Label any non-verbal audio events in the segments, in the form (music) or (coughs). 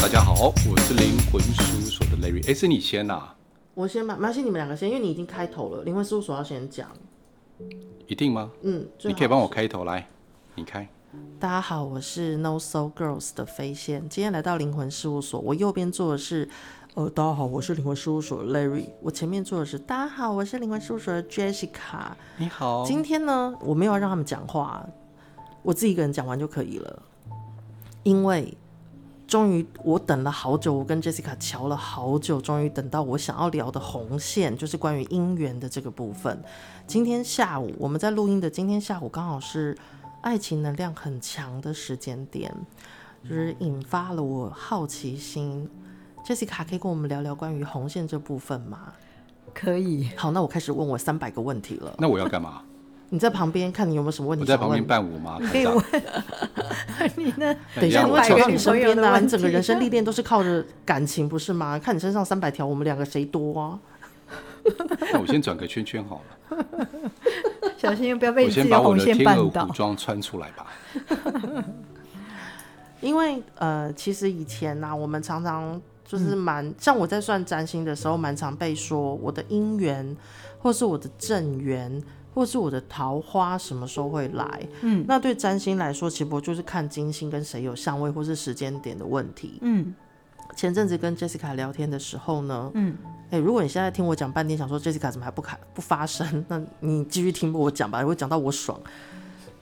大家好，我是灵魂事务所的 Larry。哎，是你先啊？我先吧，没关系，你们两个先，因为你已经开头了。灵魂事务所要先讲，一定吗？嗯，最你好可以帮我开头来，你开。大家好，我是 No Soul Girls 的飞仙，今天来到灵魂事务所，我右边坐的是，呃，大家好，我是灵魂事务所的 Larry，我前面坐的是，大家好，我是灵魂事务所的 Jessica。你好今天呢，我没有要让他们讲话，我自己一个人讲完就可以了，因为终于我等了好久，我跟 Jessica 瞧了好久，终于等到我想要聊的红线，就是关于姻缘的这个部分。今天下午我们在录音的，今天下午刚好是爱情能量很强的时间点，就是引发了我好奇心。Jessica 可以跟我们聊聊关于红线这部分吗？可以，好，那我开始问我三百个问题了。那我要干嘛？你在旁边看你有没有什么问我题在想旁问边。伴舞吗？可以团问长 (laughs) 你呢？等一下，你我要走我到走你身边的、所有的啊，问你整个题人生历练都是靠着感情，不是吗？看你身上三百条，我们两个谁多啊？那我先转个圈圈好了， (laughs) 小心又不要被我你自先己把的我红的线天鹅绊古倒。装穿出来吧。因为呃，其实以前呢、我们常常就是蛮、像我在算占星的时候，蛮常被说我的姻缘，或是我的正缘，或是我的桃花什么时候会来。嗯，那对占星来说，其实我就是看金星跟谁有相位，或是时间点的问题。嗯，前阵子跟 Jessica 聊天的时候呢，嗯，哎、如果你现在听我讲半天，想说 Jessica 怎么还不开不发声， (laughs) 那你继续听我讲吧，我讲到我爽。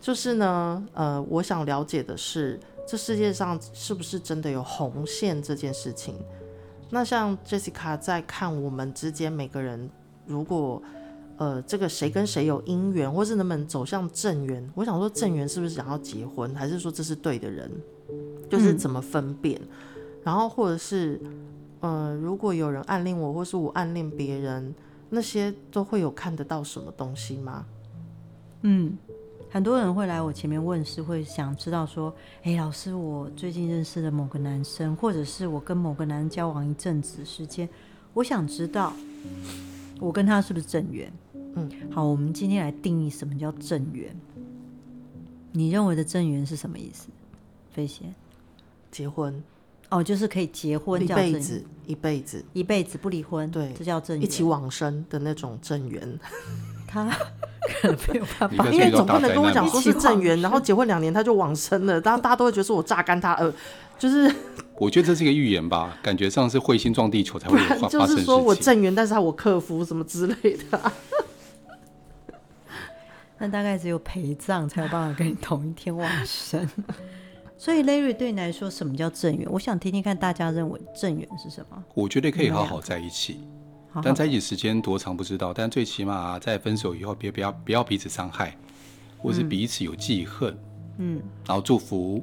就是呢，呃，我想了解的是，这世界上是不是真的有红线这件事情？那像 Jessica 在看我们之间每个人，如果呃这个谁跟谁有姻缘，或是能不能走向正缘？我想说正缘是不是想要结婚，还是说这是对的人？就是怎么分辨？然后或者是，呃，如果有人暗恋我，或是我暗恋别人，那些都会有看得到什么东西吗？嗯，很多人会来我前面问，是会想知道说，哎、老师，我最近认识的某个男生，或者是我跟某个男人交往一阵子时间，我想知道我跟他是不是正缘。嗯，好，我们今天来定义什么叫正缘。你认为的正缘是什么意思？飞仙结婚哦，就是可以结婚一叫正辈缘，子，一辈子一辈子不离婚，对这叫正缘。一起往生的那种 (laughs) 正缘，他 (laughs) 可能没有办你法应该是因为遇到总不大能灾跟我难讲吧？说是正缘，然后结婚两年他就往生了，大家大家都会觉得说我榨干他，呃， (laughs) 就是我觉得这是一个预言吧，感觉上是彗星撞地球才不会有然发 (laughs) 就发生是的说我事情。正缘，但是他我克夫什么之类的啊、 (laughs) 那大概只有陪葬才有办法跟你同一天往 (laughs) 生。所以 Larry 对你来说，什么叫正缘？我想听听看大家认为正缘是什么。我觉得可以好好在一起，好但在一起时间多长不知道，但最起码、在分手以后，别不要不要彼此伤害，或是彼此有记恨，嗯然后祝福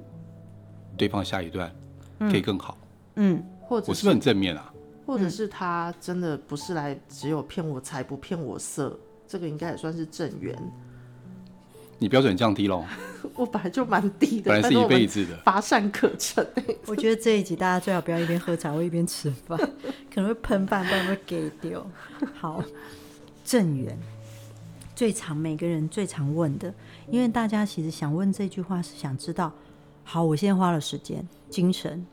对方下一段可以更好。嗯，或者 (laughs) 我是不是很正面啊？或者是他真的不是来只有骗我财不骗我色，这个应该也算是正缘。 (laughs) 你标准降低 (laughs) 喽，我本来就蛮低的，本来是一辈子的。乏善可陈、 (laughs) (laughs) 我觉得这一集大家最好不要一边喝茶或一边吃饭，可能会喷饭，不然会给丢。好，正缘最常每个人最常问的，因为大家其实想问这句话是想知道，好，我现在花了时间、精神，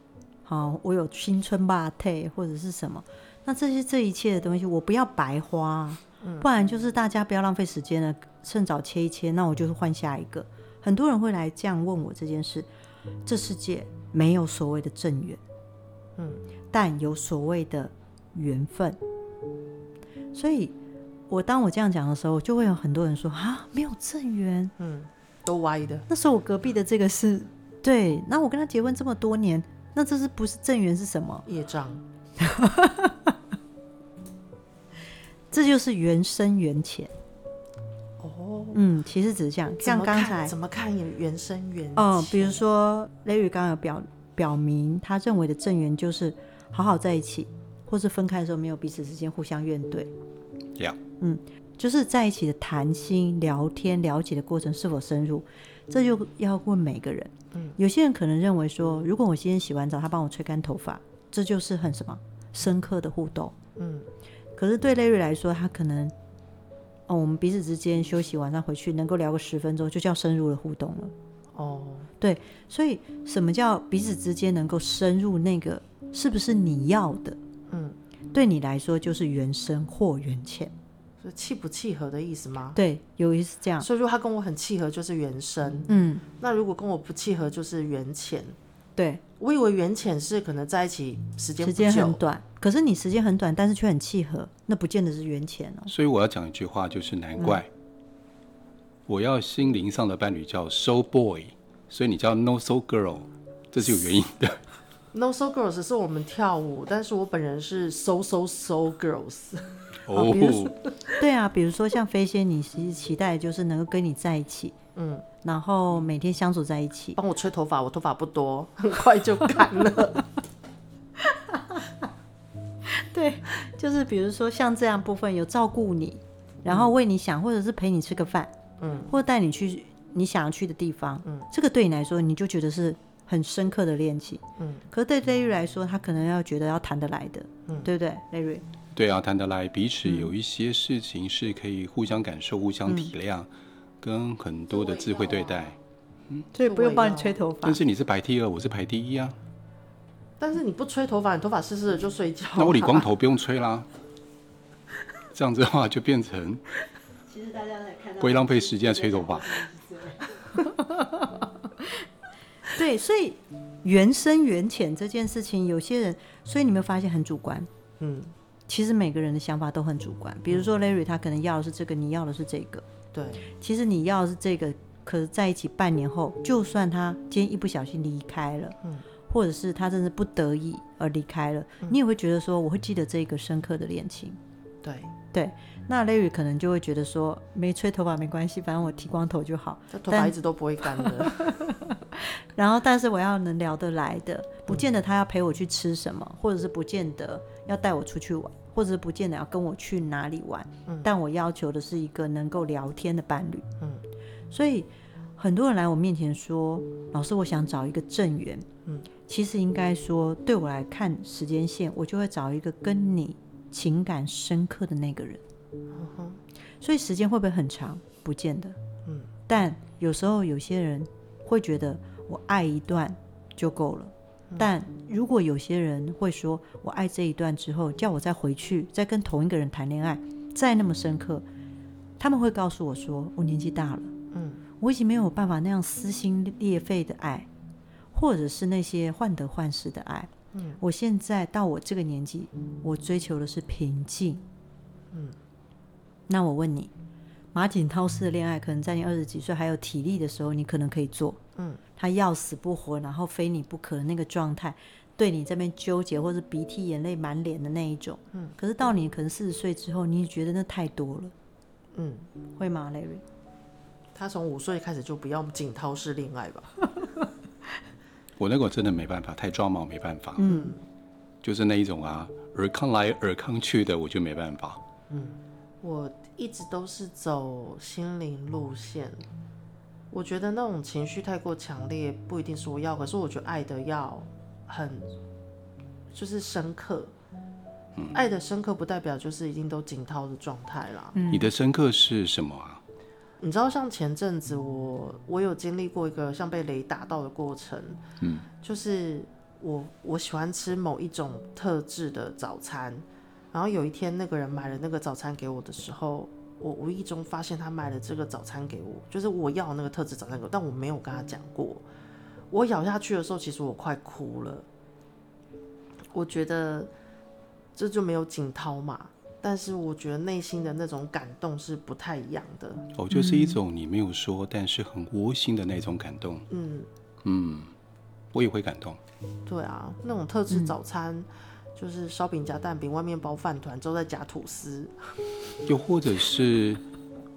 好，我有青春霸退或者是什么，那这些这一切的东西，我不要白花啊、不然就是大家不要浪费时间了，趁早切一切，那我就是换下一个。很多人会来这样问我这件事，这世界没有所谓的正缘，嗯，但有所谓的缘分。所以，我当我这样讲的时候，就会有很多人说啊，没有正缘。嗯，都歪的。那时候我隔壁的这个是对，那我跟他结婚这么多年，那这是不是正缘是什么？业障，这就是缘深缘浅。哦，嗯，其实只是这样，像怎刚么看才怎么看也原生缘哦，起比如说雷雨刚刚有表表明，他认为的正缘就是好好在一起，或是分开的时候没有彼此之间互相怨怼。 Yeah 就是在一起的谈心、聊天、了解的过程是否深入，这就要问每个人。嗯，有些人可能认为说，如果我今天洗完澡，他帮我吹干头发，这就是很什么深刻的互动。嗯，可是对 Larry 来说，他可能，哦，我们彼此之间休息，晚上回去能够聊个十分钟，就叫深入的互动了。哦，所以，什么叫彼此之间能够深入那个是不是你要的，嗯，对你来说就是缘深或缘浅。所以契不契合的意思吗？对，有一是这样，所以如果他跟我很契合，就是缘深；嗯，那如果跟我不契合，就是缘浅。对，我以为缘浅是可能在一起时间不时间很久，短，可是你时间很短，但是却很契合，那不见得是缘浅哦。所以我要讲一句话，就是难怪、嗯我要心灵上的伴侣叫 so boy，所以你叫 no so girl，这是有原因的。 No So Girls 是我们跳舞，但是我本人是 So So So Girls。哦比如说对啊，比如说像飞仙，你其实期待就是能够跟你在一起，嗯，然后每天相处在一起。 (laughs) 帮我吹头发，我头发不多，很快就干了。对，就是比如说像这样部分有照顾你，然后为你想，或者是陪你吃个饭，嗯，或带你去你想要去的地方，嗯，这个对你来说你就觉得是很深刻的恋情，嗯，可是对 Larry 来说，他可能要觉得要谈得来的，嗯，对不对，Larry？对啊，谈得来，彼此有一些事情是可以互相感受、互相体谅，跟很多的智慧嗯对啊待。所以不用帮你吹头但是你是排第二，我是排第一啊， (laughs) 但是你不吹头发，你头发湿湿的就睡觉。那我理光。头不用吹啦。这样子的话就变成其实大家在看不会浪费时间吹头发。 (laughs) 对，所以缘深缘浅这件事情，有些人，所以你有没有发现很主观？嗯，其实每个人的想法都很主观。比如说 Larry，他可能要的是这个，你要的是这个。 (laughs) 对，其实你要的是这个，可是在一起半年后，就算他今天一不小心离开了，嗯或者是他真的不得已而离开了，你也会觉得说，我会记得这个深刻的恋情。对，那 Larry 可能就会觉得说，没吹头发没关系，反正我剃光头就好。这头发但一直都不会干的。然后，但是我要能聊得来的，嗯不见得他要陪我去吃什么，或者是不见得要带我出去玩，或者是不见得要跟我去哪里玩。嗯但我要求的是一个能够聊天的伴侣。嗯，所以很多人来我面前说：“老师，我想找一个正缘。”嗯，其实应该说，对我来看时间线，我就会找一个跟你情感深刻的那个人。嗯哼所以时间会不会很长？不见得。嗯，但有时候有些人会觉得我爱一段就够了。嗯但如果有些人会说，我爱这一段之后，叫我再回去，再跟同一个人谈恋爱，再那么深刻，他们会告诉我说，我年纪大了，嗯，我已经没有办法那样撕心裂肺的爱，或者是那些患得患失的爱。嗯，我现在到我这个年纪，我追求的是平静。嗯那我问你，马景涛式的恋爱，可能在你二十几岁还有体力的时候，你可能可以做。嗯，他要死不活，然后非你不可的那个状态，对你这边纠结或是鼻涕眼泪满脸的那一种。嗯，可是到你可能四十岁之后，你也觉得那太多了，嗯，会吗，Larry？他从五岁开始就不要景涛式恋爱吧。我那个真的没办法，太抓毛没办法。嗯，就是那一种啊，尔康来尔康去的，我就没办法。我一直都是走心灵路线，我觉得那种情绪太过强烈不一定是我要，可是我觉得爱的要很就是深刻，爱的深刻不代表就是一定都紧掏的状态啦。你的深刻是什么啊？你知道，像前阵子我我有经历过一个像被雷打到的过程，嗯，就是我我喜欢吃某一种特制的早餐，然后有一天那个人买了那个早餐给我的时候，我无意中发现他买了这个早餐给我，就是我要那个特制早餐给我，但我没有跟他讲过。我咬下去的时候，其实我快哭了，我觉得这就没有锦涛嘛。但是我觉得内心的那种感动是不太一样的，哦，就是一种你没有说，但是很窝心的那种感动。嗯，嗯，我也会感动。对啊，那种特制早餐、就是烧饼夹蛋饼，外面包饭团，之后再夹吐司。又或者是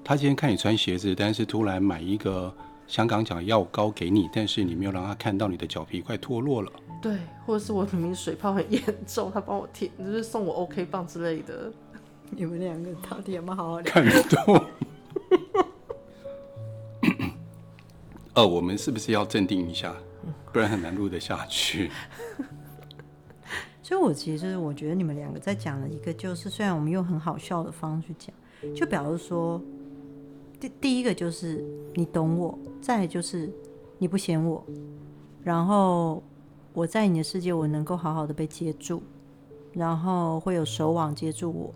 他今天看你穿鞋子，但是突然买一个香港脚药膏给你，但是你没有让他看到你的脚皮快脱落了。对，或者是我明明水泡很严重，他帮我贴，就是送我 OK 棒之类的。你们两个到底有没有好好聊？感 (coughs) 动。呃，我们是不是要镇定一下，不然很难录得下去？所以，我其实就是我觉得你们两个在讲的一个，就是虽然我们用很好笑的方式去讲，就表示说，第第一个就是你懂我，再来就是你不嫌我，然后我在你的世界，我能够好好的被接住，然后会有手网接住我，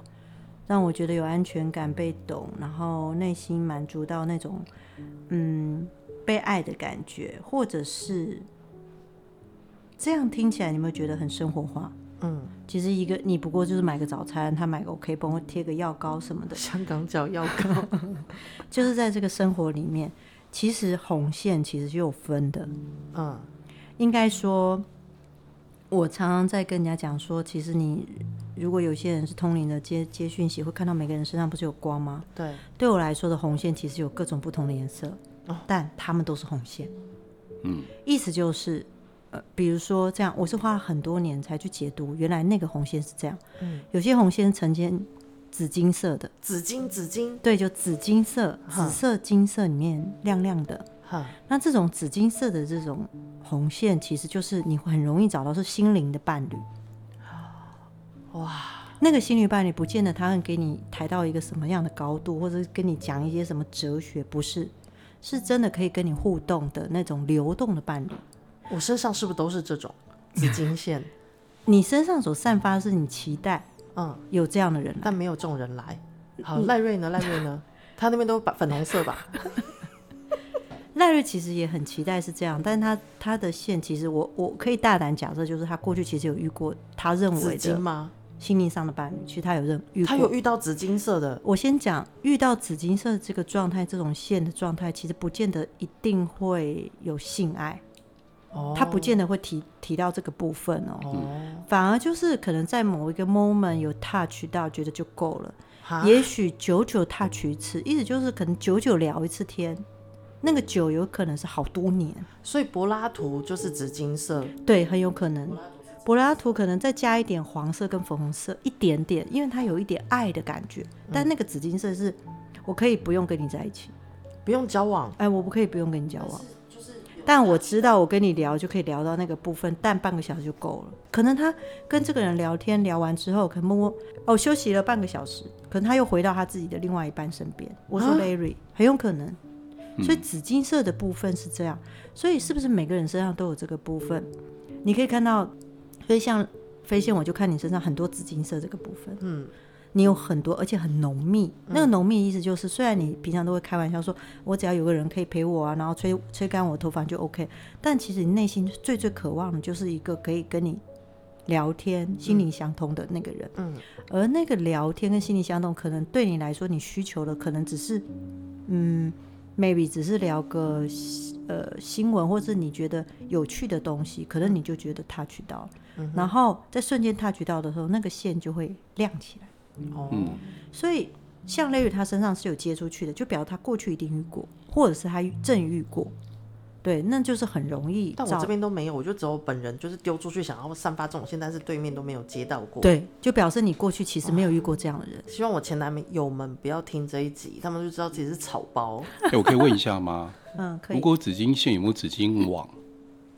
让我觉得有安全感、被懂，然后内心满足到那种嗯被爱的感觉，或者是这样听起来，你有没有觉得很生活化？嗯，其实一个你不过就是买个早餐，他买个 OK 绷，贴个药膏什么的，香港脚药膏，就是在这个生活里面，其实红线其实就有分的。 (laughs) 嗯应该说，我常常在跟人家讲说，其实你如果有些人是通灵的接接讯息，会看到每个人身上不是有光吗？对，对我来说的红线其实有各种不同的颜色，哦但它们都是红线。嗯，意思就是，呃，比如说这样，我是花了很多年才去解读，原来那个红线是这样。嗯，有些红线曾经紫金色的，紫金紫金，对，就紫金色、哈紫色、金色里面亮亮的。哈，那这种紫金色的这种红线，其实就是你很容易找到是心灵的伴侣。哇，那个心灵伴侣不见得他能给你抬到一个什么样的高度，或者是跟你讲一些什么哲学，不是，是真的可以跟你互动的那种流动的伴侣。我身上是不是都是这种紫金线？ (laughs) 你身上所散发的是你期待嗯，有这样的人来，但没有这种人来。好，赖瑞呢？赖瑞呢？他那边都粉红色 (laughs) 吧？赖瑞其实也很期待是这样，但他他的线其实我我可以大胆假设，就是他过去其实有遇过他认紫为金的吗？心灵上的伴侣，其实他有认遇过，他有遇到紫金色的，我先讲，遇到紫金色这个状态，这种线的状态，其实不见得一定会有性爱，哦，他不见得会提提到这个部分哦，哦，反而就是可能在某一个 moment 有 touch 到，觉得就够了。哈也许久久 touch 一次，意思就是可能久久聊一次天，那个久有可能是好多年，所以柏拉图就是紫金色，对，很有可能。柏拉图可能再加一点黄色跟粉红色，一点点，因为他有一点爱的感觉，但那个紫金色是，我可以不用跟你在一起。不用交往，哎，我不可以不用跟你交往。但我知道，我跟你聊就可以聊到那个部分，但半个小时就够了。可能他跟这个人聊天聊完之后，可能默默哦休息了半个小时，可能他又回到他自己的另外一半身边。我是啊 Larry，、很有可能。所以紫金色的部分是这样，所以是不是每个人身上都有这个部分？你可以看到，所以像飞线，我就看你身上很多紫金色这个部分。嗯，你有很多，而且很浓密。那个浓密的意思就是，虽然你平常都会开玩笑说，我只要有个人可以陪我啊，然后吹吹干我头发就 OK，但其实你内心最最渴望的就是一个可以跟你聊天、心灵相通的那个人。嗯，而那个聊天跟心灵相通，可能对你来说，你需求的可能只是，嗯，maybe 只是聊个呃新闻，或是你觉得有趣的东西，可能你就觉得 touch 到了，然后在瞬间 touch 到的时候，那个线就会亮起来。哦，嗯所以像雷雨他身上是有接出去的，就表示他过去一定遇过，或者是他正遇过，对，那就是很容易但我找这边都没有，我就只有本人就是丢出去想要散发这种线，但是对面都没有接到过。，对，就表示你过去其实没有遇过这样的人。希望我前男友们不要听这一集，他们就知道自己是草包。哎、我可以问一下吗？嗯， (laughs) 可如以，果紫金线有没有紫金网？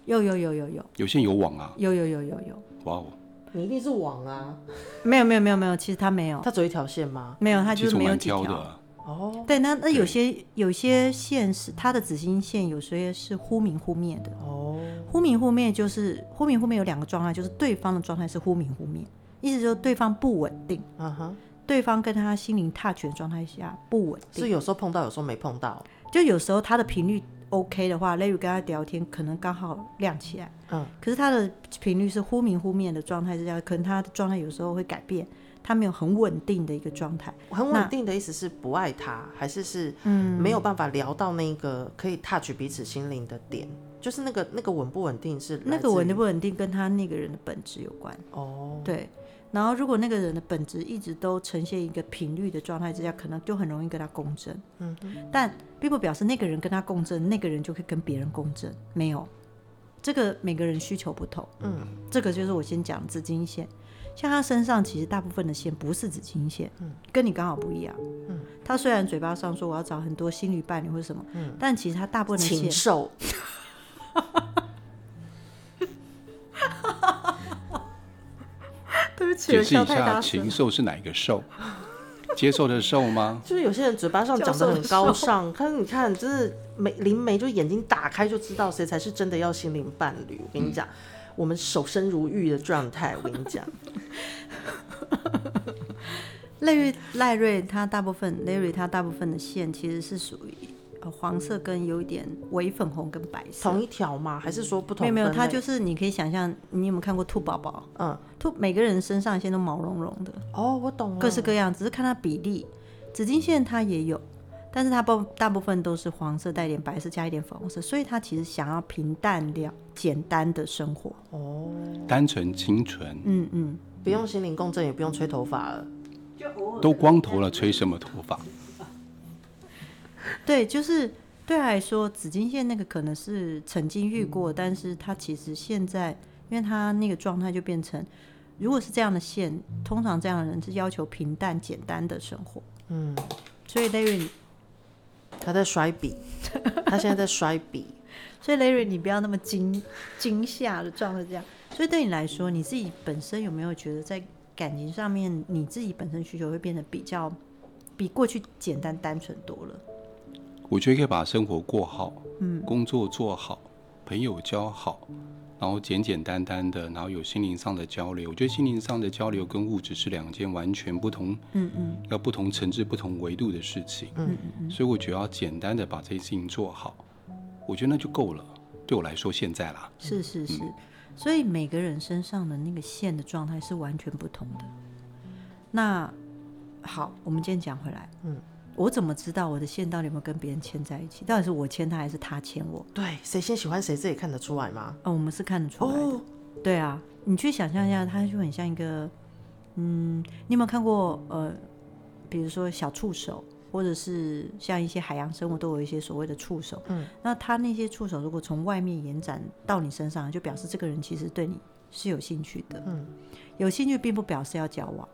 有有有有有有些有网啊，有有有有有，哇哦！你一定是网啊，没有没有没有没有，其实他没有，他只有一条线吗？没有他其就实是我没有蛮几挑的条。啊，哦，对，那那对有些有些线是它的紫心线，有些是忽明忽灭的。哦，忽明忽灭就是忽明忽灭有两个状态，就是对方的状态是忽明忽灭，意思就是对方不稳定。嗯哼，对方跟他心灵踏全状态下不稳是定，有时候碰到，有时候没碰到。就有时候他的频率 OK 的话，例如跟他聊天，可能刚好亮起来。嗯，可是他的频率是忽明忽灭的状态之下，可能他的状态有时候会改变，他没有很稳定的一个状态。很那稳定的意思是不爱他，还是是没有办法聊到那个可以 touch 彼此心灵的点，就是那个那个稳不稳定是那来自个于稳定不稳定跟他那个人的本质有关。哦，对，然后如果那个人的本质一直都呈现一个频率的状态之下，可能就很容易跟他共振。嗯，但并不表示那个人跟他共振，那个人就会跟别人共振，没有。这个每个人需求不同，嗯，这个就是我先讲紫金线。像他身上其实大部分的线不是紫金线，嗯，跟你刚好不一样，嗯。他虽然嘴巴上说我要找很多心理伴侣或什么，嗯，但其实他大部分的线禽兽，对不起解释一下禽兽是哪一个兽？ (laughs) 接受的受吗？就是有些人嘴巴上讲的很高尚，可是你看，嗯就是眉灵媒就眼睛打开就知道谁才是真的要心灵伴侣。我跟你讲，我们守身如玉的状态。我跟你 (laughs) 讲，赖瑞赖瑞他大部分 Larry 他大部分的线其实是属于呃黄色跟有一点微粉红跟白色。同一条吗？还是说不同没有分类？没有，它就是你可以想象，你有没有看过兔宝宝？嗯，兔每个人身上线都毛茸茸的，哦，我懂了，各式各样，只是看它比例。紫金线它也有，但是它不大部分都是黄色带一点白色加一点粉红色，所以它其实想要平淡了简单的生活。哦，单纯清纯，嗯嗯，不用心灵共振，也不用吹头发了。都光头了，吹什么头发？对，就是对他来说，紫金线那个可能是曾经遇过，但是他其实现在，因为他那个状态就变成，如果是这样的线，通常这样的人是要求平淡简单的生活。嗯，所以 Larry，他在摔笔， (laughs) 他现在在摔笔。所以 Larry，你不要那么惊惊吓的状态这样。所以对你来说，你自己本身有没有觉得在感情上面，你自己本身需求会变得比较比过去简单单纯多了？我觉得可以把生活过好，嗯，工作做好，朋友交好，然后简简单单的，然后有心灵上的交流。我觉得心灵上的交流跟物质是两件完全不同，嗯嗯要不同层次、不同维度的事情。嗯嗯嗯，所以我觉得要简单的把这些事情做好，我觉得那就够了。对我来说，现在啦，是是嗯是，所以每个人身上的那个线的状态是完全不同的。那好，我们今天讲回来，嗯，我怎么知道我的线到底有没有跟别人牵在一起？到底是我牵他还是他牵我？对，谁先喜欢谁，这也看得出来吗？哦，我们是看得出来的。哦，对啊，你去想象一下，它就很像一个，嗯，你有没有看过呃，比如说小触手，或者是像一些海洋生物都有一些所谓的触手，嗯，那它那些触手如果从外面延展到你身上，就表示这个人其实对你是有兴趣的，嗯，有兴趣并不表示要交往。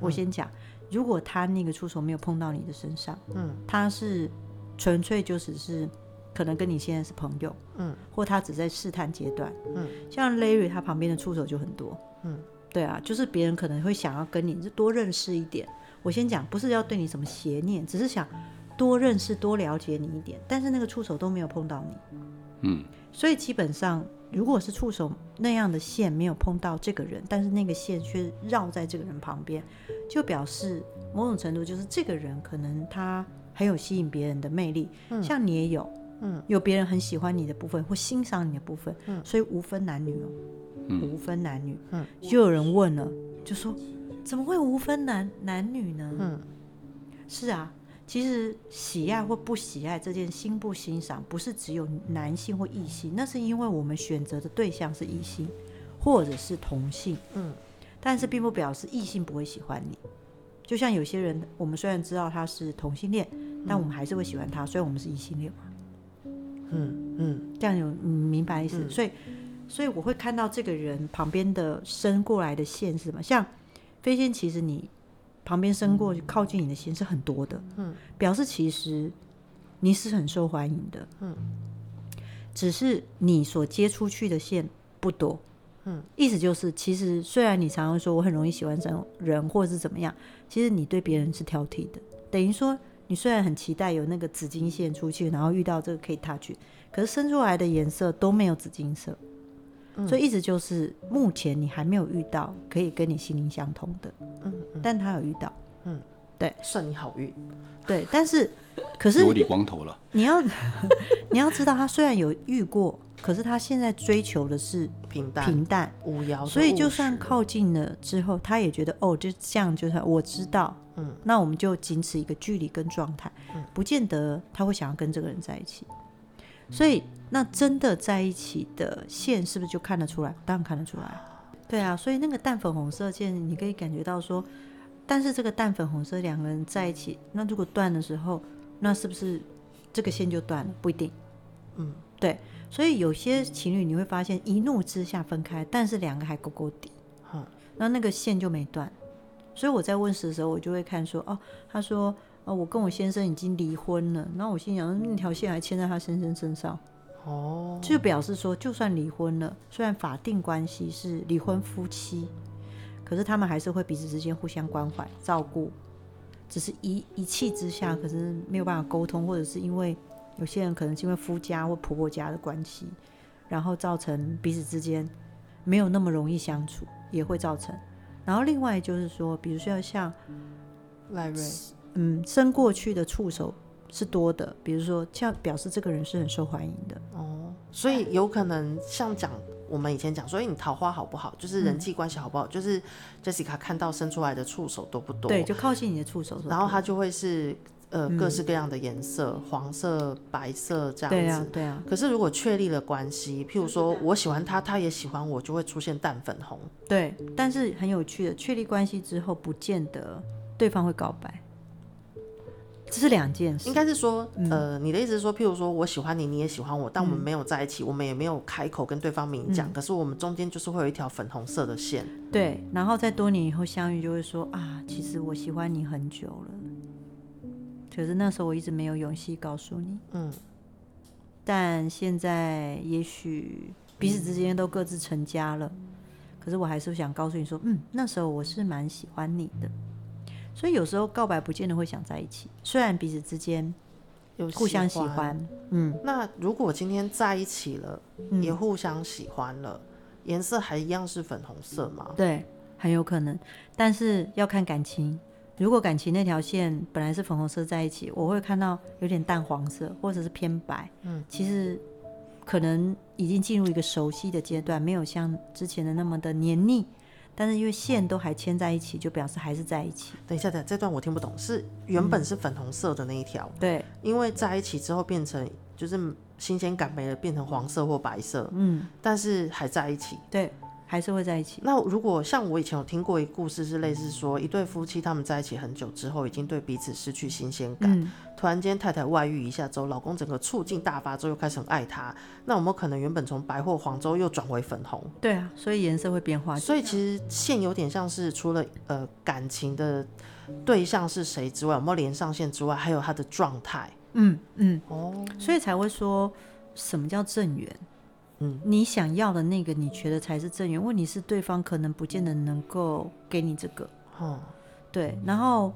我先讲，如果他那个触手没有碰到你的身上，嗯，他是纯粹就只是可能跟你现在是朋友，嗯，或他只在试探阶段，嗯，像 Larry 他旁边的触手就很多，嗯，对啊，就是别人可能会想要跟你就多认识一点。我先讲，不是要对你什么邪念，只是想多认识、多了解你一点，但是那个触手都没有碰到你，嗯，所以基本上，如果是触手那样的线没有碰到这个人，但是那个线却绕在这个人旁边，就表示某种程度就是这个人可能他很有吸引别人的魅力，像你也有，嗯，有别人很喜欢你的部分或欣赏你的部分，嗯，所以无分男女哦，嗯无分男女，嗯，就有人问了，就说怎么会无分男男女呢？嗯，是啊，其实喜爱或不喜爱这件欣不欣赏，不是只有男性或异性，那是因为我们选择的对象是异性或者是同性。嗯，但是并不表示异性不会喜欢你。就像有些人，我们虽然知道他是同性恋，但我们还是会喜欢他，虽然我们是异性恋嘛。嗯嗯这样有你明白意思？所以，所以我会看到这个人旁边的伸过来的线是什么？像飞线，其实你旁边伸过去靠近你的线是很多的，嗯，表示其实你是很受欢迎的，嗯，只是你所接出去的线不多。嗯，意思就是，其实虽然你常常说我很容易喜欢这种人，或者是怎么样，其实你对别人是挑剔的，等于说你虽然很期待有那个紫金线出去，然后遇到这个可以 touch，可是生出来的颜色都没有紫金色，嗯所以一直就是目前你还没有遇到可以跟你心灵相通的，嗯嗯，但他有遇到，算你好运。对，(laughs) 但是可是我理光头了，你要 (laughs) 你要知道，他虽然有遇过，可是他现在追求的是平淡平淡，无聊的务实，所以就算靠近了之后，他也觉得哦，就这样就是我知道，嗯，那我们就仅此一个距离跟状态，不见得他会想要跟这个人在一起。所以那真的在一起的线是不是就看得出来？当然看得出来，对啊，所以那个淡粉红色线，你可以感觉到说，但是这个淡粉红色两个人在一起，那如果断的时候，那是不是这个线就断了？不一定，嗯，对。所以有些情侣你会发现一怒之下分开，但是两个还勾勾底，嗯那那个线就没断。所以我在问时的时候，我就会看说，哦，他说，哦，我跟我先生已经离婚了，那我心想，嗯那条线还牵在他先生身上，哦，就表示说，就算离婚了，虽然法定关系是离婚夫妻，可是他们还是会彼此之间互相关怀、照顾，只是一一气之下，可是没有办法沟通，或者是因为有些人可能是因为夫家或婆婆家的关系，然后造成彼此之间没有那么容易相处，也会造成。然后另外就是说，比如说像赖瑞，嗯伸过去的触手是多的，比如说像表示这个人是很受欢迎的，哦，所哎以有可能像讲我们以前讲说，哎、你桃花好不好，就是嗯人际关系好不好，就是 Jessica 看到伸出来的触手多不多，对，就嗯靠近你的触手是多的。然后它就会是呃各式各样的颜色，黄色、白色这样对子。啊对啊可是如果确立了关系，譬如说我喜欢他，他也喜欢我，就会出现淡粉红。对，但是很有趣的，确立关系之后，不见得对方会告白，这是嗯两件事应。该是说，呃，你的意思是说，譬如说我喜欢你，你也喜欢我，但嗯我们没有在一起，我们也没有开口跟对方明讲，可是我们中间就是会有一条粉红色的线。对，然后在多年以后相遇，就会说啊，其实我喜欢你很久了，可是那时候我一直没有勇气告诉你。嗯，但现在也许彼此之间都各自成家了，可是我还是想告诉你说，嗯，那时候我是蛮喜欢你的。所以有时候告白不见得会想在一起，虽然彼此之间有互相喜欢，嗯，那如果今天在一起了，也互相喜欢了，颜色还一样是粉红色吗？对，很有可能，但是要看感情。如果感情那条线本来是粉红色在一起，我会看到有点淡黄色或者是偏白，嗯，其实可能已经进入一个熟悉的阶段，没有像之前的那么的黏腻，但是因为线都还牵在一起，就表示还是在一起。等一下，等一下这段我听不懂，是原本是粉红色的那一条，对，因为在一起之后变成就是新鲜感没了，变成黄色或白色，嗯，但是还在一起。对，还是会在一起。那如果像我以前有听过一个故事，是类似说一对夫妻他们在一起很久之后，已经对彼此失去新鲜感，嗯，突然间太太外遇一下之后，老公整个醋劲大发之后又开始很爱她，那有没有可能原本从白或黄之后又转为粉红？对啊，所以颜色会变化。所以其实线有点像是除了呃感情的对象是谁之外，有没有连上线之外，还有他的状态嗯嗯，哦，所以才会说什么叫正缘。嗯，你想要的那个，你觉得才是正缘。问题是对方可能不见得能够给你这个。嗯，对，然后，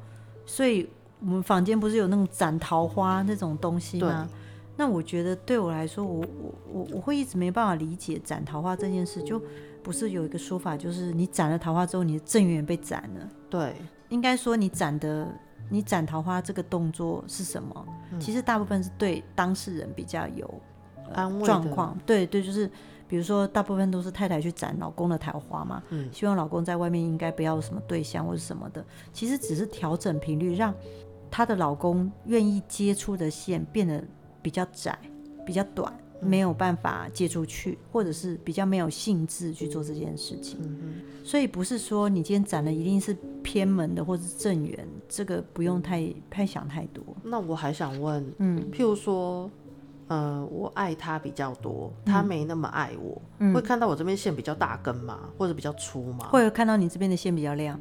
所以我们房间不是有那种斩桃花那种东西对，吗？那我觉得对我来说，我我我我会一直没办法理解斩桃花这件事。就不是有一个说法，就是你斩了桃花之后，你的正缘也被斩了。对，应该说你斩的，你斩桃花这个动作是什么？嗯其实大部分是对当事人比较有安慰的状，况。对对，就是比如说，大部分都是太太去斩老公的桃花嘛，嗯希望老公在外面应该不要有什么对象或者什么的。其实只是调整频率，让她的老公愿意接触的线变得比较窄、比较短，没有办法接出去，或者是比较没有兴致去做这件事情。嗯所以不是说你今天斩的一定是偏门的或是正缘，这个不用太太想太多。哼，那我还想问，嗯譬如说。呃，我爱他比较多，他没那么爱我，嗯会，看到我这边线比较大根嘛，或者比较粗嘛，会看到你这边的线比较亮，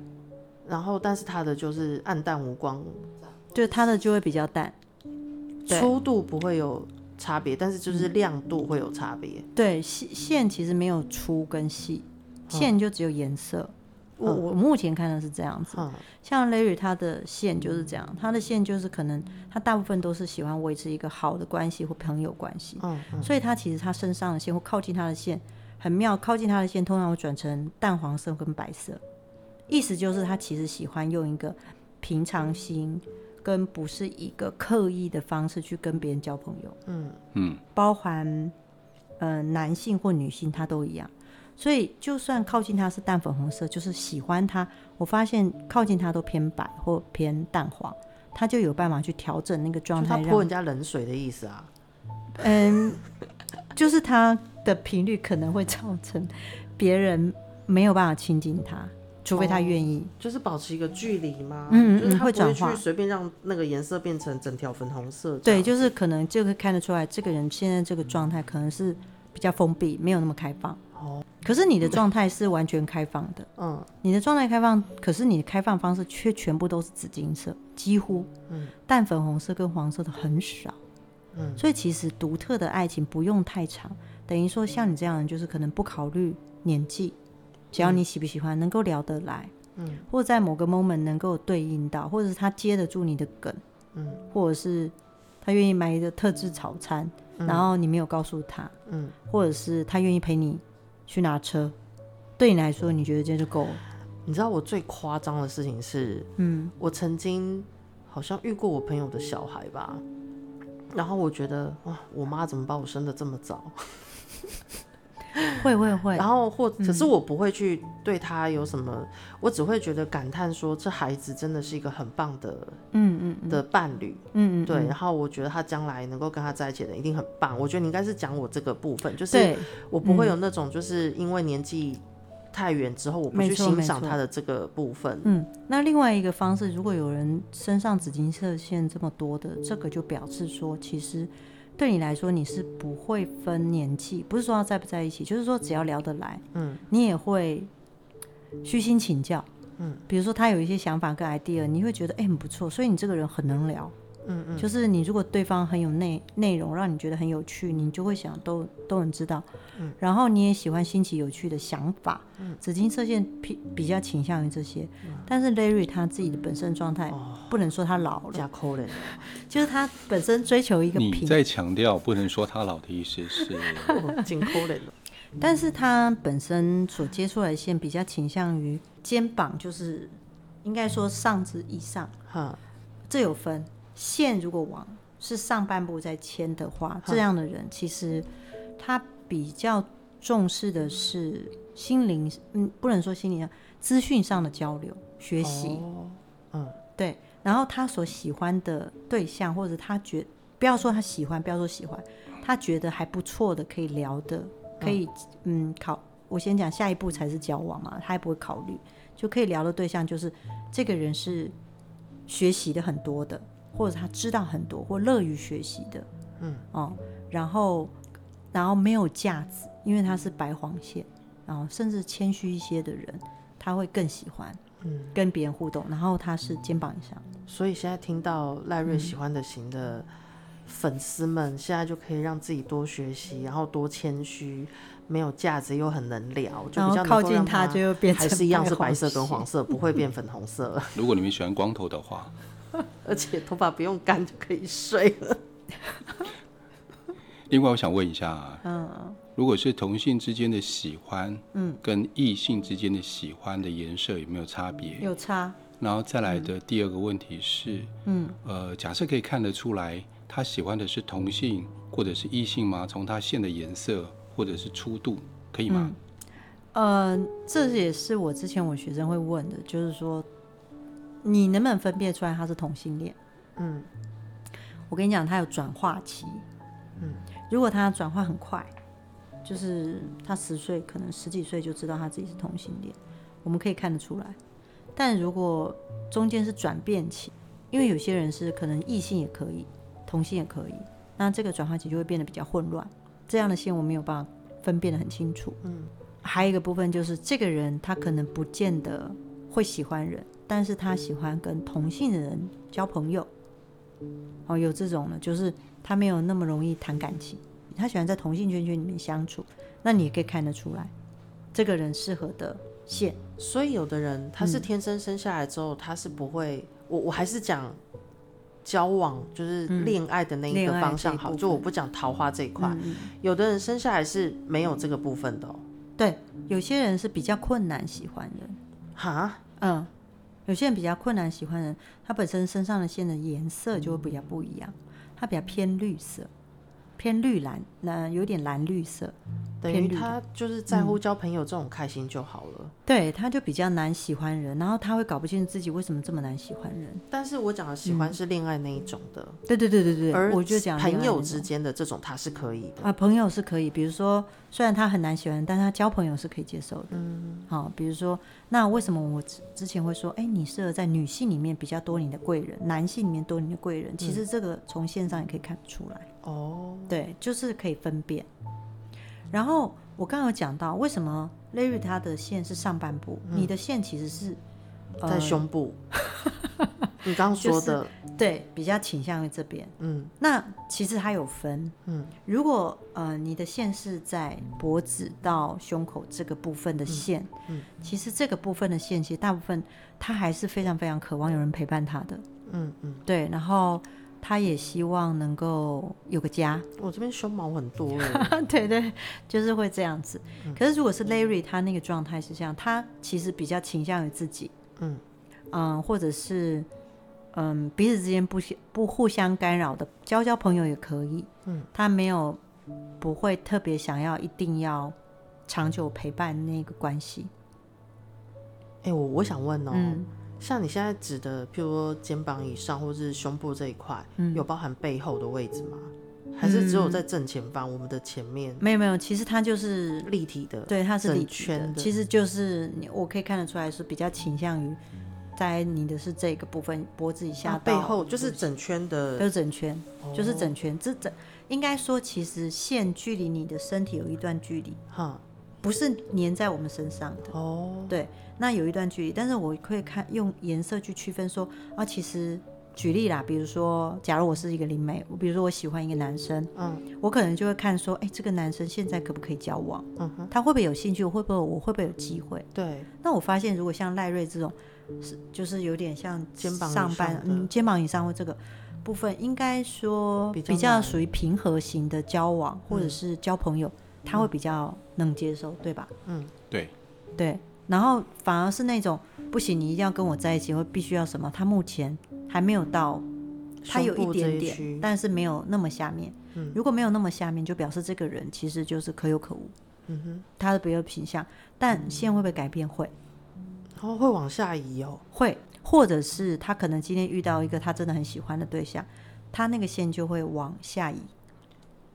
然后但是他的就是暗淡无光，就是它的就会比较淡。对嗯粗度不会有差别，但是就是亮度会有差别。对，线线其实没有粗跟细，线就只有颜色。我我目前看的是这样子，嗯，像 Larry 他的线就是这样，他的线就是可能他大部分都是喜欢维持一个好的关系或朋友关系，嗯嗯所以他其实他身上的线或靠近他的线很妙，靠近他的线通常会转成淡黄色跟白色，意思就是他其实喜欢用一个平常心跟不是一个刻意的方式去跟别人交朋友。嗯，嗯，包含呃男性或女性，他都一样。所以就算靠近他是淡粉红色，就是喜欢他，我发现靠近他都偏白或偏淡黄，他就有办法去调整那个状就他态，泼让人家冷水的意思啊。嗯，就是他的频率可能会造成别人没有办法亲近他，除非他愿意。就是保持一个距离嘛，嗯嗯就是他会不会转去化随便让那个颜色变成整条粉红色这对，样。就是可能就会看得出来，这个人现在这个状态可能是比较封闭，没有那么开放。哦，可是你的状态是完全开放的。嗯你的状态开放，可是你的开放方式却全部都是紫金色，几乎，嗯，淡粉红色跟黄色的很少，嗯，所以其实独特的爱情不用太长，等于嗯说像你这样的，就是可能不考虑年纪，只要你喜不喜欢，能够聊得来，嗯，或者在某个 moment 能够对应到，或者是他接得住你的梗，嗯，或者是他愿意买一个特制早餐，嗯然后你没有告诉他，嗯，或者是他愿意陪你去拿车，对你来说，你觉得这就够了？你知道我最夸张的事情是，嗯，我曾经好像遇过我朋友的小孩吧，然后我觉得哇，我妈怎么把我生的这么早？会会会然，后或嗯可是我不会去对他有什么，我只会觉得感叹说这孩子真的是一个很棒的嗯嗯嗯的伴侣，嗯，嗯对。然后我觉得他将来能够跟他在一起的一定很棒。我觉得你应该是讲我这个部分，就是对，我不会有嗯那种就是因为年纪太远之后我不没去错欣没赏错他的这个部分。嗯，那另外一个方式，如果有人身上紫金色线这么多的，这个就表示说，其实对你来说你是不会分年纪，不是说要在不在一起，就是说只要聊得来，嗯，你也会虚心请教，嗯，比如说他有一些想法跟 idea，你会觉得哎、很不错，所以你这个人很能聊，嗯嗯，就是你如果对方很有内内容，让你觉得很有趣，你就会想都都能知道。嗯然后你也喜欢新奇有趣的想法。嗯紫金射线比比较倾向于这些，但是 Larry 他自己的本身状态，哦不能说他老了，加扣嘞，就是他本身追求一个你平在强调不能说他老的意思是，紧扣嘞， (laughs) 但是他本身所接触的线比较倾向于肩膀，就是应该说上肢以上，哈，这有分线，如果往是上半部在牵的话，这样的人其实他比较重视的是心灵，嗯，不能说心灵上，资讯上的交流、学习，哦对，然后他所喜欢的对象，或者他觉不要说他喜欢，不要说喜欢，他觉得还不错的，可以聊的，可以嗯考。我先讲下一步才是交往嘛，他也不会考虑，就可以聊的对象就是这个人是学习的很多的，或者他知道很多，或乐于学习的，嗯哦，然后然后没有架子，因为他是白黄线，然后甚至谦虚一些的人，他会更喜欢嗯，跟别人互动，然后他是肩膀以上。所以现在听到赖嗯瑞喜欢的型的粉丝们，现在就可以让自己多学习，然后多谦虚，没有架子又很能聊，就然比较后能靠够近让他他就又变还成是一样是白白黄色跟线黄色，不会变粉红色，如果你们喜欢光头的话， (laughs) 而且头发不用干就可以睡了。另外我想问一下，嗯，如果是同性之间的喜欢，嗯，跟异性之间的喜欢的颜色有没有差嗯别？有差。然后再来的第二个问题是，嗯，呃，假设可以看得出来，他喜欢的是同性或者是异性吗？从他线的颜色或者是粗度，可以吗？嗯呃，这也是我之前我学生会问的，就是说，你能不能分辨出来他是同性恋？嗯我跟你讲，他有转化期。嗯，如果他转化很快，就是他十岁可能十几岁就知道他自己是同性恋，我们可以看得出来。但如果中间是转变期，因为有些人是可能异性也可以，同性也可以，那这个转化期就会变得比较混乱。这样的线我没有办法分辨得很清楚。嗯，还有一个部分就是这个人他可能不见得会喜欢人，但是他喜欢跟同性的人交朋友。哦，有这种的，就是他没有那么容易谈感情，他喜欢在同性圈圈里面相处，那你也可以看得出来，这个人适合的线。所以有的人他嗯是天生生下来之后，他是不会，我我还是讲。交往就是恋爱的那一嗯恋个爱方这向一好，部就我分不讲桃花这一块。嗯有的人生下来是没有这个部分的、哦，对，有些人是比较困难喜欢人，哈，嗯，有些人比较困难喜欢人，他本身身上的线的颜色就会比较不一样，他比较偏绿色，偏绿蓝，那、有点蓝绿色，等偏于绿的嗯他就是在乎交朋友这种开心就好了。对，他就比较难喜欢人，然后他会搞不清楚自己为什么这么难喜欢人。但是我讲的喜欢是恋爱那一种的，对对对对嗯对，而我就讲另朋外友那之种间的这种他是可以的。啊，朋友是可以，比如说，虽然他很难喜欢，但他交朋友是可以接受的。嗯，好、比如说，那为什么我之之前会说，哎，你适合在女性里面比较多你的贵人，男性里面多你的贵人？嗯其实这个从线上也可以看得出来，哦，对，就是可以分辨。然后我刚刚有讲到，为什么 Larry 他的线是上半部，嗯你的线其实是在呃胸 (laughs) 部，你刚刚说的，对比较倾向于这边。嗯那其实它有分，嗯，如果呃你的线是在脖子到胸口这个部分的线，嗯嗯其实这个部分的线，其实大部分他还是非常非常渴望有人陪伴他的，嗯嗯对，然后他也希望能够有个家，我这边胸毛很多 (laughs) 哎，对对，就是会这样子。嗯可是如果是 Larry，他那个状态是这样，他其实比较倾向于自己，嗯嗯，或者是嗯彼此之间不相不互相干扰的，交交朋友也可以。嗯，他没有不会特别想要一定要长久陪伴那个关系。哎，我我想问哦，嗯像你现在指的，譬如说肩膀以上或是胸部这一块，嗯，有包含背后的位置吗？还是只有在正前方，我们的前面没有没有？其实他就是立体的？嗯对，它是整理圈的圈的，其实就是你，我可以看得出来是比较倾向于在你的是这个部分，脖子以下哦啊，到背后就是整圈都的，是整圈，哦就是整圈。这整应该说，其实线距离你的身体有一段距离，哈不是粘在我们身上的，哦，对，那有一段距离。但是我会看用颜色去区分说，啊，其实举例啦，比如说，假如我是一个灵媒，我比如说我喜欢一个男生，嗯我可能就会看说，哎、这个男生现在可不可以交往？嗯哼，他会不会有兴趣？我会不会我会不会有机会？对，那我发现，如果像赖瑞这种，是就是有点像肩膀以上上半的嗯肩膀以上或这个部分，应该说比较比较难嗯属于平和型的交往或者是交朋友，他会比较能接受，对吧？嗯，对，对。然后反而是那种不行，你一定要跟我在一起，或必须要什么，他目前还没有到，他有胸一部这点一点，区但是没有那么下面。嗯如果没有那么下面，就表示这个人其实就是可有可无，嗯哼，嗯他的别有品相，但线会不会改变？会。然后会往下移哦，会，或者是他可能今天遇到一个他真的很喜欢的对象，他那个线就会往下移，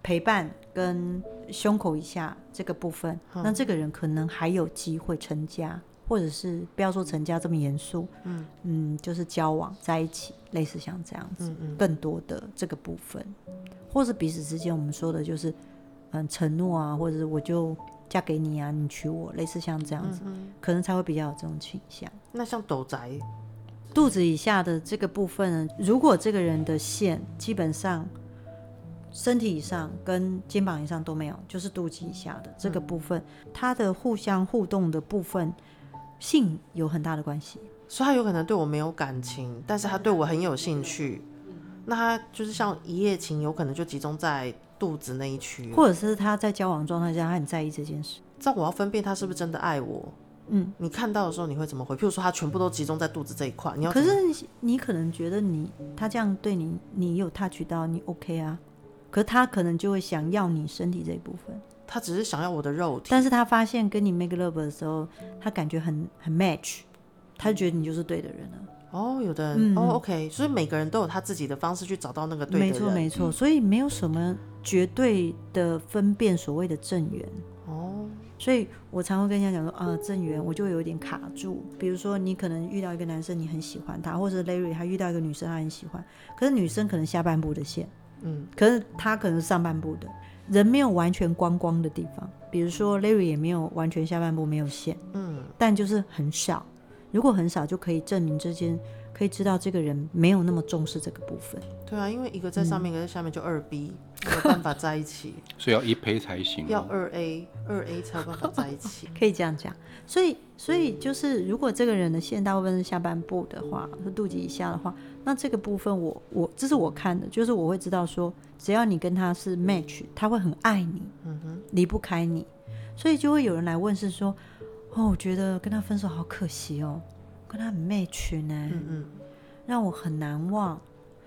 陪伴跟胸口以下这个部分，嗯那这个人可能还有机会成家，或者是不要说成家这么严肃，嗯嗯，就是交往在一起，类似像这样子，嗯嗯，更多的这个部分，或是彼此之间我们说的就是，嗯，承诺啊，或者是我就嫁给你啊，你娶我，类似像这样子，嗯可能才会比较有这种倾向。那像斗宅，肚子以下的这个部分呢，如果这个人的线基本上身体以上跟肩膀以上都没有，就是肚脐以下的这个部分，它的互相互动的部分，性有很大的关系。所以他有可能对我没有感情，但是他对我很有兴趣，嗯那他就是像一夜情，有可能就集中在肚子那一区，或者是他在交往状态下，他很在意这件事。这样我要分辨他是不是真的爱我。嗯，你看到的时候你会怎么回？譬如说他全部都集中在肚子这一块，你要可怎么是你可能觉得你他这样对你，你有 touch 到，你 OK 啊。可是他可能就会想要你身体这一部分，他只是想要我的肉体，但是他发现跟你 make love 的时候，他感觉很很 match，他就觉得你就是对的人了。哦，有的人、嗯哦，OK，所以每个人都有他自己的方式去找到那个对的没人，嗯错，没错，所以没有什么绝对的分辨所谓的正缘。哦，所以我常会跟人家讲说啊，正缘我就会有点卡住。比如说，你可能遇到一个男生，你很喜欢他，或者 Larry 他遇到一个女生，他很喜欢，可是女生可能下半部的线，嗯，可是他可能是上半部的，人没有完全光光的地方。比如说 Larry 也没有完全下半部没有线，嗯，但就是很少。如果很少，就可以证明之间可以知道这个人没有那么重视这个部分。对啊，因为一个在上嗯面，一个在下面，就二 B 没有办法在一起，所以要一胚才行、要哦。二 A，二 A 才有办法在一 (laughs) 起。可以这样讲。所以，所以就是，如果这个人的线大部分是下半部的话，是肚脐以下的话，那这个部分我我这是我看的，就是我会知道说，只要你跟他是 match，他会很爱你，嗯哼，离不开你，所以就会有人来问是说，哦，我觉得跟他分手好可惜哦，跟他很 match 呢，嗯嗯，让我很难忘。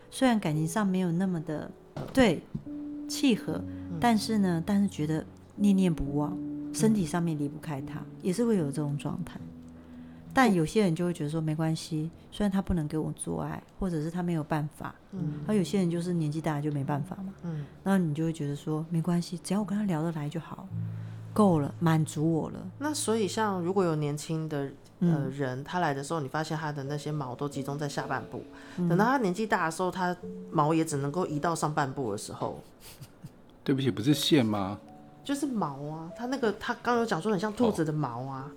虽然感情上没有那么的对契合，但是呢，但是觉得念念不忘，身体上面离不开他，也是会有这种状态。但有些人就会觉得说没关系，虽然他不能跟我做爱，或者是他没有办法，嗯，而有些人就是年纪大了就没办法嘛，嗯，然后你就会觉得说没关系，只要我跟他聊得来就好，够了，满足我了，那所以像如果有年轻的呃嗯，人，他来的时候，你发现他的那些毛都集中在下半部，嗯等到他年纪大的时候，他毛也只能够移到上半部的时候，对不起，不是线吗？就是毛啊，他那个他刚有讲说很像兔子的毛啊，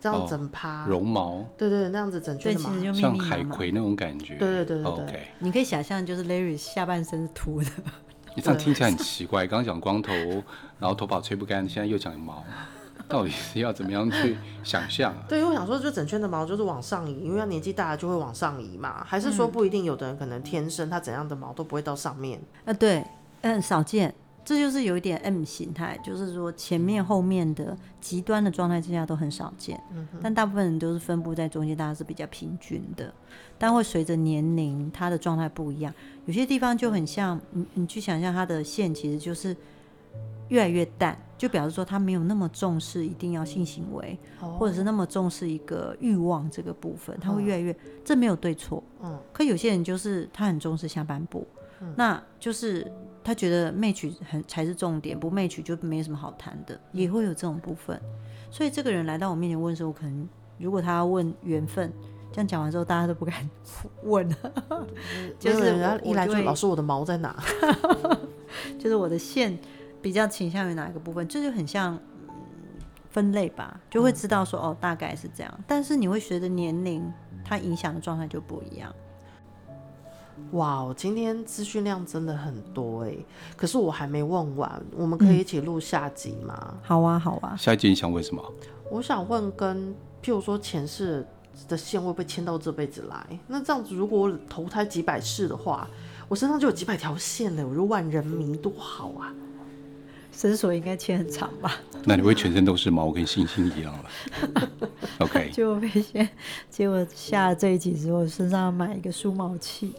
这样哦整趴，绒毛，对对，那样子整所圈以的其毛实，就密像密麻海麻。葵那种感觉。对对对对对 OK，你可以想象，就是 Larry 下半身是秃的，你这样听起来很奇怪。刚刚讲光头，然后头发吹不干，现在又讲毛，到底是要怎么样去想象啊？对，因为我想说，就整圈的毛就是往上移，因为他年纪大了就会往上移嘛。还是说嗯不一定，有的人可能天生他怎样的毛都不会到上面。啊，对，嗯，少见，这就是有一点 M 形态，就是说前面后面的极端的状态之下都很少见，但大部分人都是分布在中间，大家是比较平均的，但会随着年龄，它的状态不一样，有些地方就很像你，你去想象它的线其实就是越来越淡，就表示说他没有那么重视一定要性行为，哦或者是那么重视一个欲望这个部分，他会越来越，这没有对错，嗯，可有些人就是他很重视下半部，那就是他觉得 match 很才是重点，不 match 就没什么好谈的，也会有这种部分。所以这个人来到我面前问的时候，我可能如果他要问缘分，这样讲完之后，大家都不敢 (laughs) 问了，就没有是人家我一来我就会老师我的毛在哪？就是我的线比较倾向于哪一个部分，这就很像、嗯分类吧，就会知道说、哦，大概是这样。但是你会随着年龄，它影响的状态就不一样。哇哦，今天资讯量真的很多哎、可是我还没问完，我们可嗯以一起录下集吗？好啊，好 (laughs) 啊，下一集你想问什么？我想问跟，譬如说前世的线会不会牵到这辈子来？那这样子，如果我投胎几百世的话，我身上就有几百条线了，我就万人迷，多好啊！绳索应该牵很长吧。 (laughs) 那你会全身都是毛，跟星星一样了。OK， (laughs) 结果被先，结果下了这一集之后，身上要买一个梳毛器。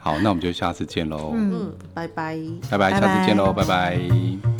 好，那我们就下次见喽，嗯，拜拜。拜拜，下次见喽，拜拜